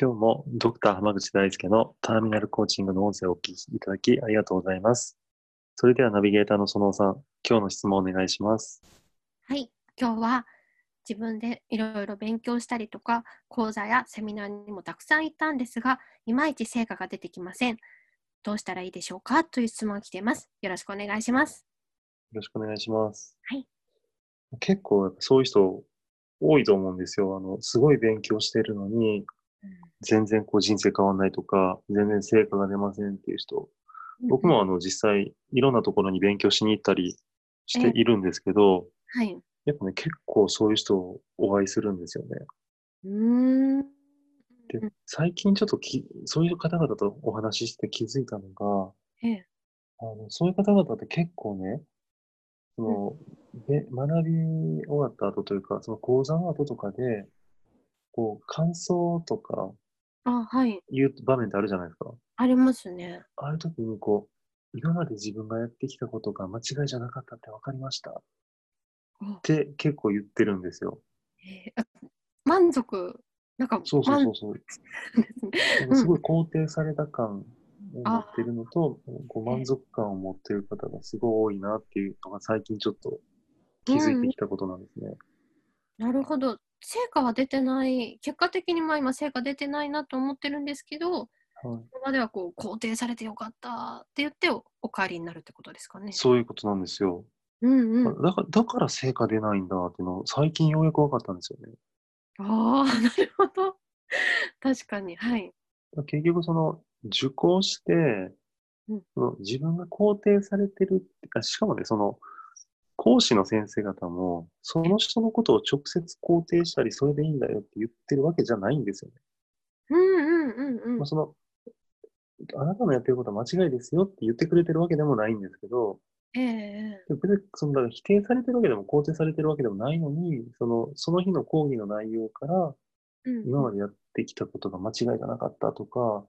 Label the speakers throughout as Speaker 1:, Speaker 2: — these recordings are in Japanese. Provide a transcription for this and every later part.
Speaker 1: 今日もドクター濱口大輔のターミナルコーチングの音声をお聞きいただきありがとうございます。それではナビゲーターのそのおさん、今日の質問お願いします。
Speaker 2: はい、今日は自分でいろいろ勉強したりとか講座やセミナーにもたくさん行ったんですがいまいち成果が出てきませんどうしたらいいでしょうかという質問が来ていますよろしくお願いします
Speaker 1: よろしくお願いします。
Speaker 2: はい。
Speaker 1: 結構やっぱそういう人多いと思うんですよ。あの、すごい勉強してるのに、全然こう人生変わんないとか、全然成果が出ませんっていう人。僕もあの実際いろんなところに勉強しに行ったりしているんですけど、
Speaker 2: はい
Speaker 1: やっぱね、結構そういう人をお会いするんですよね。
Speaker 2: うーん
Speaker 1: で、最近ちょっとき、そういう方々とお話しして気づいたのが、
Speaker 2: ええ
Speaker 1: あのそういう方々って結構ね、その、で学び終わった後というか、その講座の後とかで、こう、感想とか
Speaker 2: あはい
Speaker 1: 言う場面ってあるじゃないですか。
Speaker 2: ありますね
Speaker 1: ああいう時にこう、今まで自分がやってきたことが間違いじゃなかったって分かりましたっ
Speaker 2: あ
Speaker 1: て結構言ってるんですよ。
Speaker 2: えーあ満足なんか
Speaker 1: そうそうそうそう。
Speaker 2: 満足ですね
Speaker 1: なんかすごい肯定された感を持ってるのと、こう
Speaker 2: ええ
Speaker 1: 満足感を持ってる方がすごい多いなっていうのが最近ちょっと気づいてきたことなんですね。
Speaker 2: なるほど成果は出てない結果的にまあ今成果出てないなと思ってるんですけど
Speaker 1: はい、
Speaker 2: その場ではこう肯定されてよかったって言っておお帰りになるってことですかね。
Speaker 1: そういうことなんですよ。
Speaker 2: うんうん。
Speaker 1: だからだから成果出ないんだっていうのを最近ようやく分かったんですよね。
Speaker 2: ああ、なるほど。 確かに。はい。
Speaker 1: 結局その受講して、
Speaker 2: うん
Speaker 1: その自分が肯定されてるってあしかもね、その講師の先生方も、その人のことを直接肯定したり、それでいいんだよって言ってるわけじゃないんですよね。
Speaker 2: うんうんうんう
Speaker 1: ま
Speaker 2: ん
Speaker 1: あ、。その、あなたのやってることは間違いですよって言ってくれてるわけでもないんですけど、
Speaker 2: ええ
Speaker 1: でも別にそのだから否定されてるわけでも肯定されてるわけでもないのに、そのその日の講義の内容から、
Speaker 2: うん
Speaker 1: 今までやってきたことが間違いがなかったとか、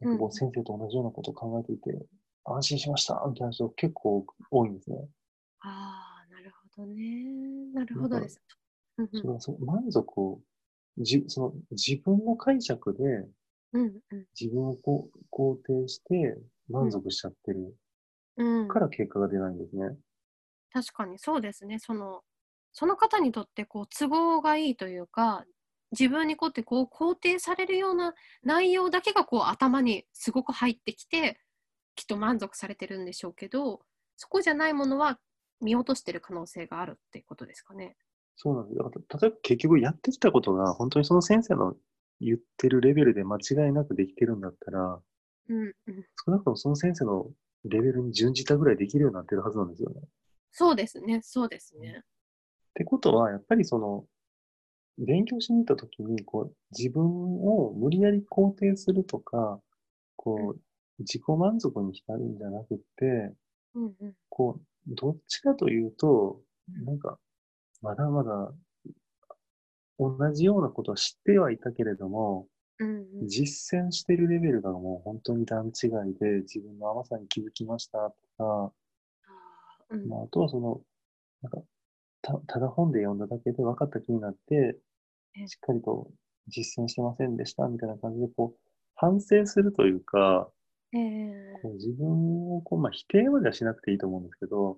Speaker 2: うん
Speaker 1: 結構先生と同じようなことを考えていて、安心しましたみたいな人結構多いんですね。
Speaker 2: ああ、なるほどね。なるほどです。うん
Speaker 1: それはそう満足をじその自分の解釈で
Speaker 2: うんうん
Speaker 1: 自分をこう肯定して満足しちゃってる
Speaker 2: うん。うん
Speaker 1: から結果が出ないんですね。
Speaker 2: 確かにそうですね。そのその方にとってこう都合がいいというか。自分にこうやってこう肯定されるような内容だけがこう頭にすごく入ってきてきっと満足されてるんでしょうけどそこじゃないものは見落としてる可能性があるっていうことですかね。
Speaker 1: そうなんです。だから例えば結局やってきたことが本当にその先生の言ってるレベルで間違いなくできてるんだったら、
Speaker 2: うんうん、
Speaker 1: 少なくともその先生のレベルに準じたぐらいできるようになってるはずなんですよね。っ
Speaker 2: そうですねそうですね。
Speaker 1: てことは、やっぱりその、勉強しに行った時に、こう、自分を無理やり肯定するとか、こう、自己満足に浸るんじゃなくって、
Speaker 2: うんうん
Speaker 1: こう、どっちかというと、なんか、まだまだ、同じようなことは知ってはいたけれども、
Speaker 2: うんうん、
Speaker 1: 実践してるレベルがもう本当に段違いで自分の甘さに気づきましたとか、
Speaker 2: うん
Speaker 1: まあ、あとはその、なんかた、ただ本で読んだだけで分かった気になって
Speaker 2: え、
Speaker 1: しっかりと実践してませんでしたみたいな感じでこう、反省するというか、
Speaker 2: え
Speaker 1: こう自分をこう、まあ、否定まではしなくていいと思うんですけど、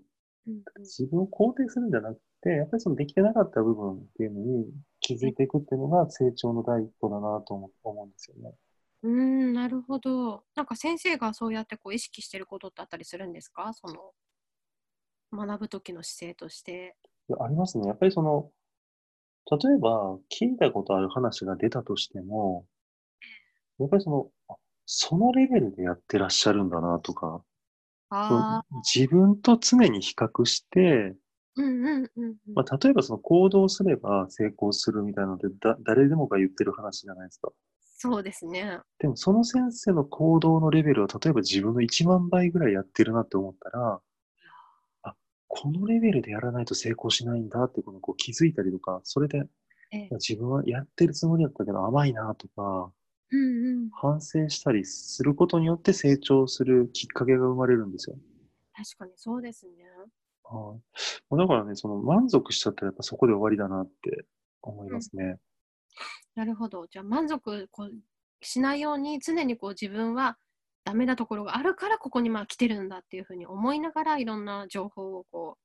Speaker 2: ーうん
Speaker 1: 自分を肯定するんじゃなくて、やっぱりそのできてなかった部分っていうのに気づいていくっていうのが成長の第一歩だなと思思うんですよね。
Speaker 2: うん、うんなるほど。なんか先生がそうやってこう意識してることってあったりするんですかその学ぶ時の姿勢として。
Speaker 1: いやありますね。やっぱりその、例えば、聞いたことある話が出たとしても、やっぱりその、あそのレベルでやってらっしゃるんだなとか、
Speaker 2: ああ、
Speaker 1: 自分と常に比較して、
Speaker 2: うんうんうんうん。
Speaker 1: まあ、例えばその行動すれば成功するみたいなのでだ、誰でもが言ってる話じゃないですか。
Speaker 2: そうですね。
Speaker 1: でもその先生の行動のレベルを例えば自分の1万倍ぐらいやってるなって思ったら、あ、このレベルでやらないと成功しないんだってこのこう気づいたりとか、それで
Speaker 2: ええ
Speaker 1: 自分はやってるつもりだったけど甘いなとか、
Speaker 2: うんうん。
Speaker 1: 反省したりすることによって成長するきっかけが生まれるんですよ。
Speaker 2: 確かにそうですね。
Speaker 1: はいもうだからね、その満足しちゃったらやっぱそこで終わりだなって思いますね。
Speaker 2: なるほど。じゃあ満足こうしないように常にこう自分はダメなところがあるからここにまあ来てるんだっていうふうに思いながらいろんな情報をこう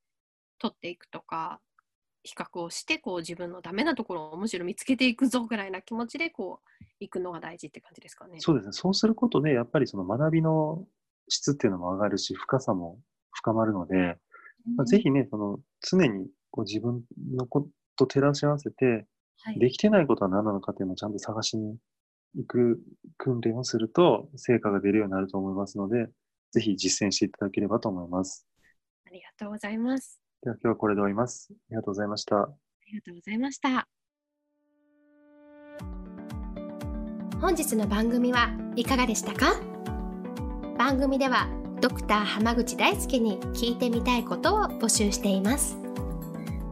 Speaker 2: 取っていくとか比較をしてこう自分のダメなところをむしろ見つけていくぞぐらいな気持ちでこう行くのが大事って感じですかね。
Speaker 1: そうですね。そうすることで、やっぱりその学びの質っていうのも上がるし、深さも深まるので、まあ、ぜ
Speaker 2: ひ、
Speaker 1: ひね、その常にこう自分のこと照らし合わせて、
Speaker 2: はい
Speaker 1: できてないことは何なのかっていうのをちゃんと探しに行く訓練をすると、成果が出るようになると思いますので、ぜひ実践していただければと思います。
Speaker 2: ありがとうございます。
Speaker 1: では今日はこれで終わります。ありがとうございました。
Speaker 2: ありがとうございました。本日の番組はいかがでしたか番組ではドクター濱口大輔に聞いてみたいことを募集しています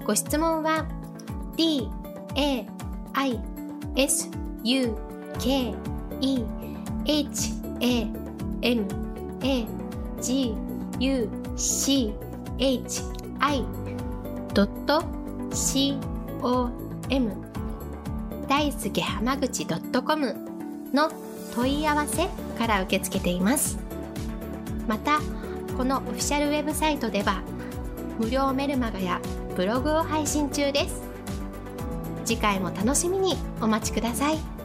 Speaker 2: ご質問は d a i s u k e h a m a g u c h i .com 大輔浜口 .com の問い合わせから受け付けていますまたこのオフィシャルウェブサイトでは無料メルマガやブログを配信中です次回も楽しみにお待ちください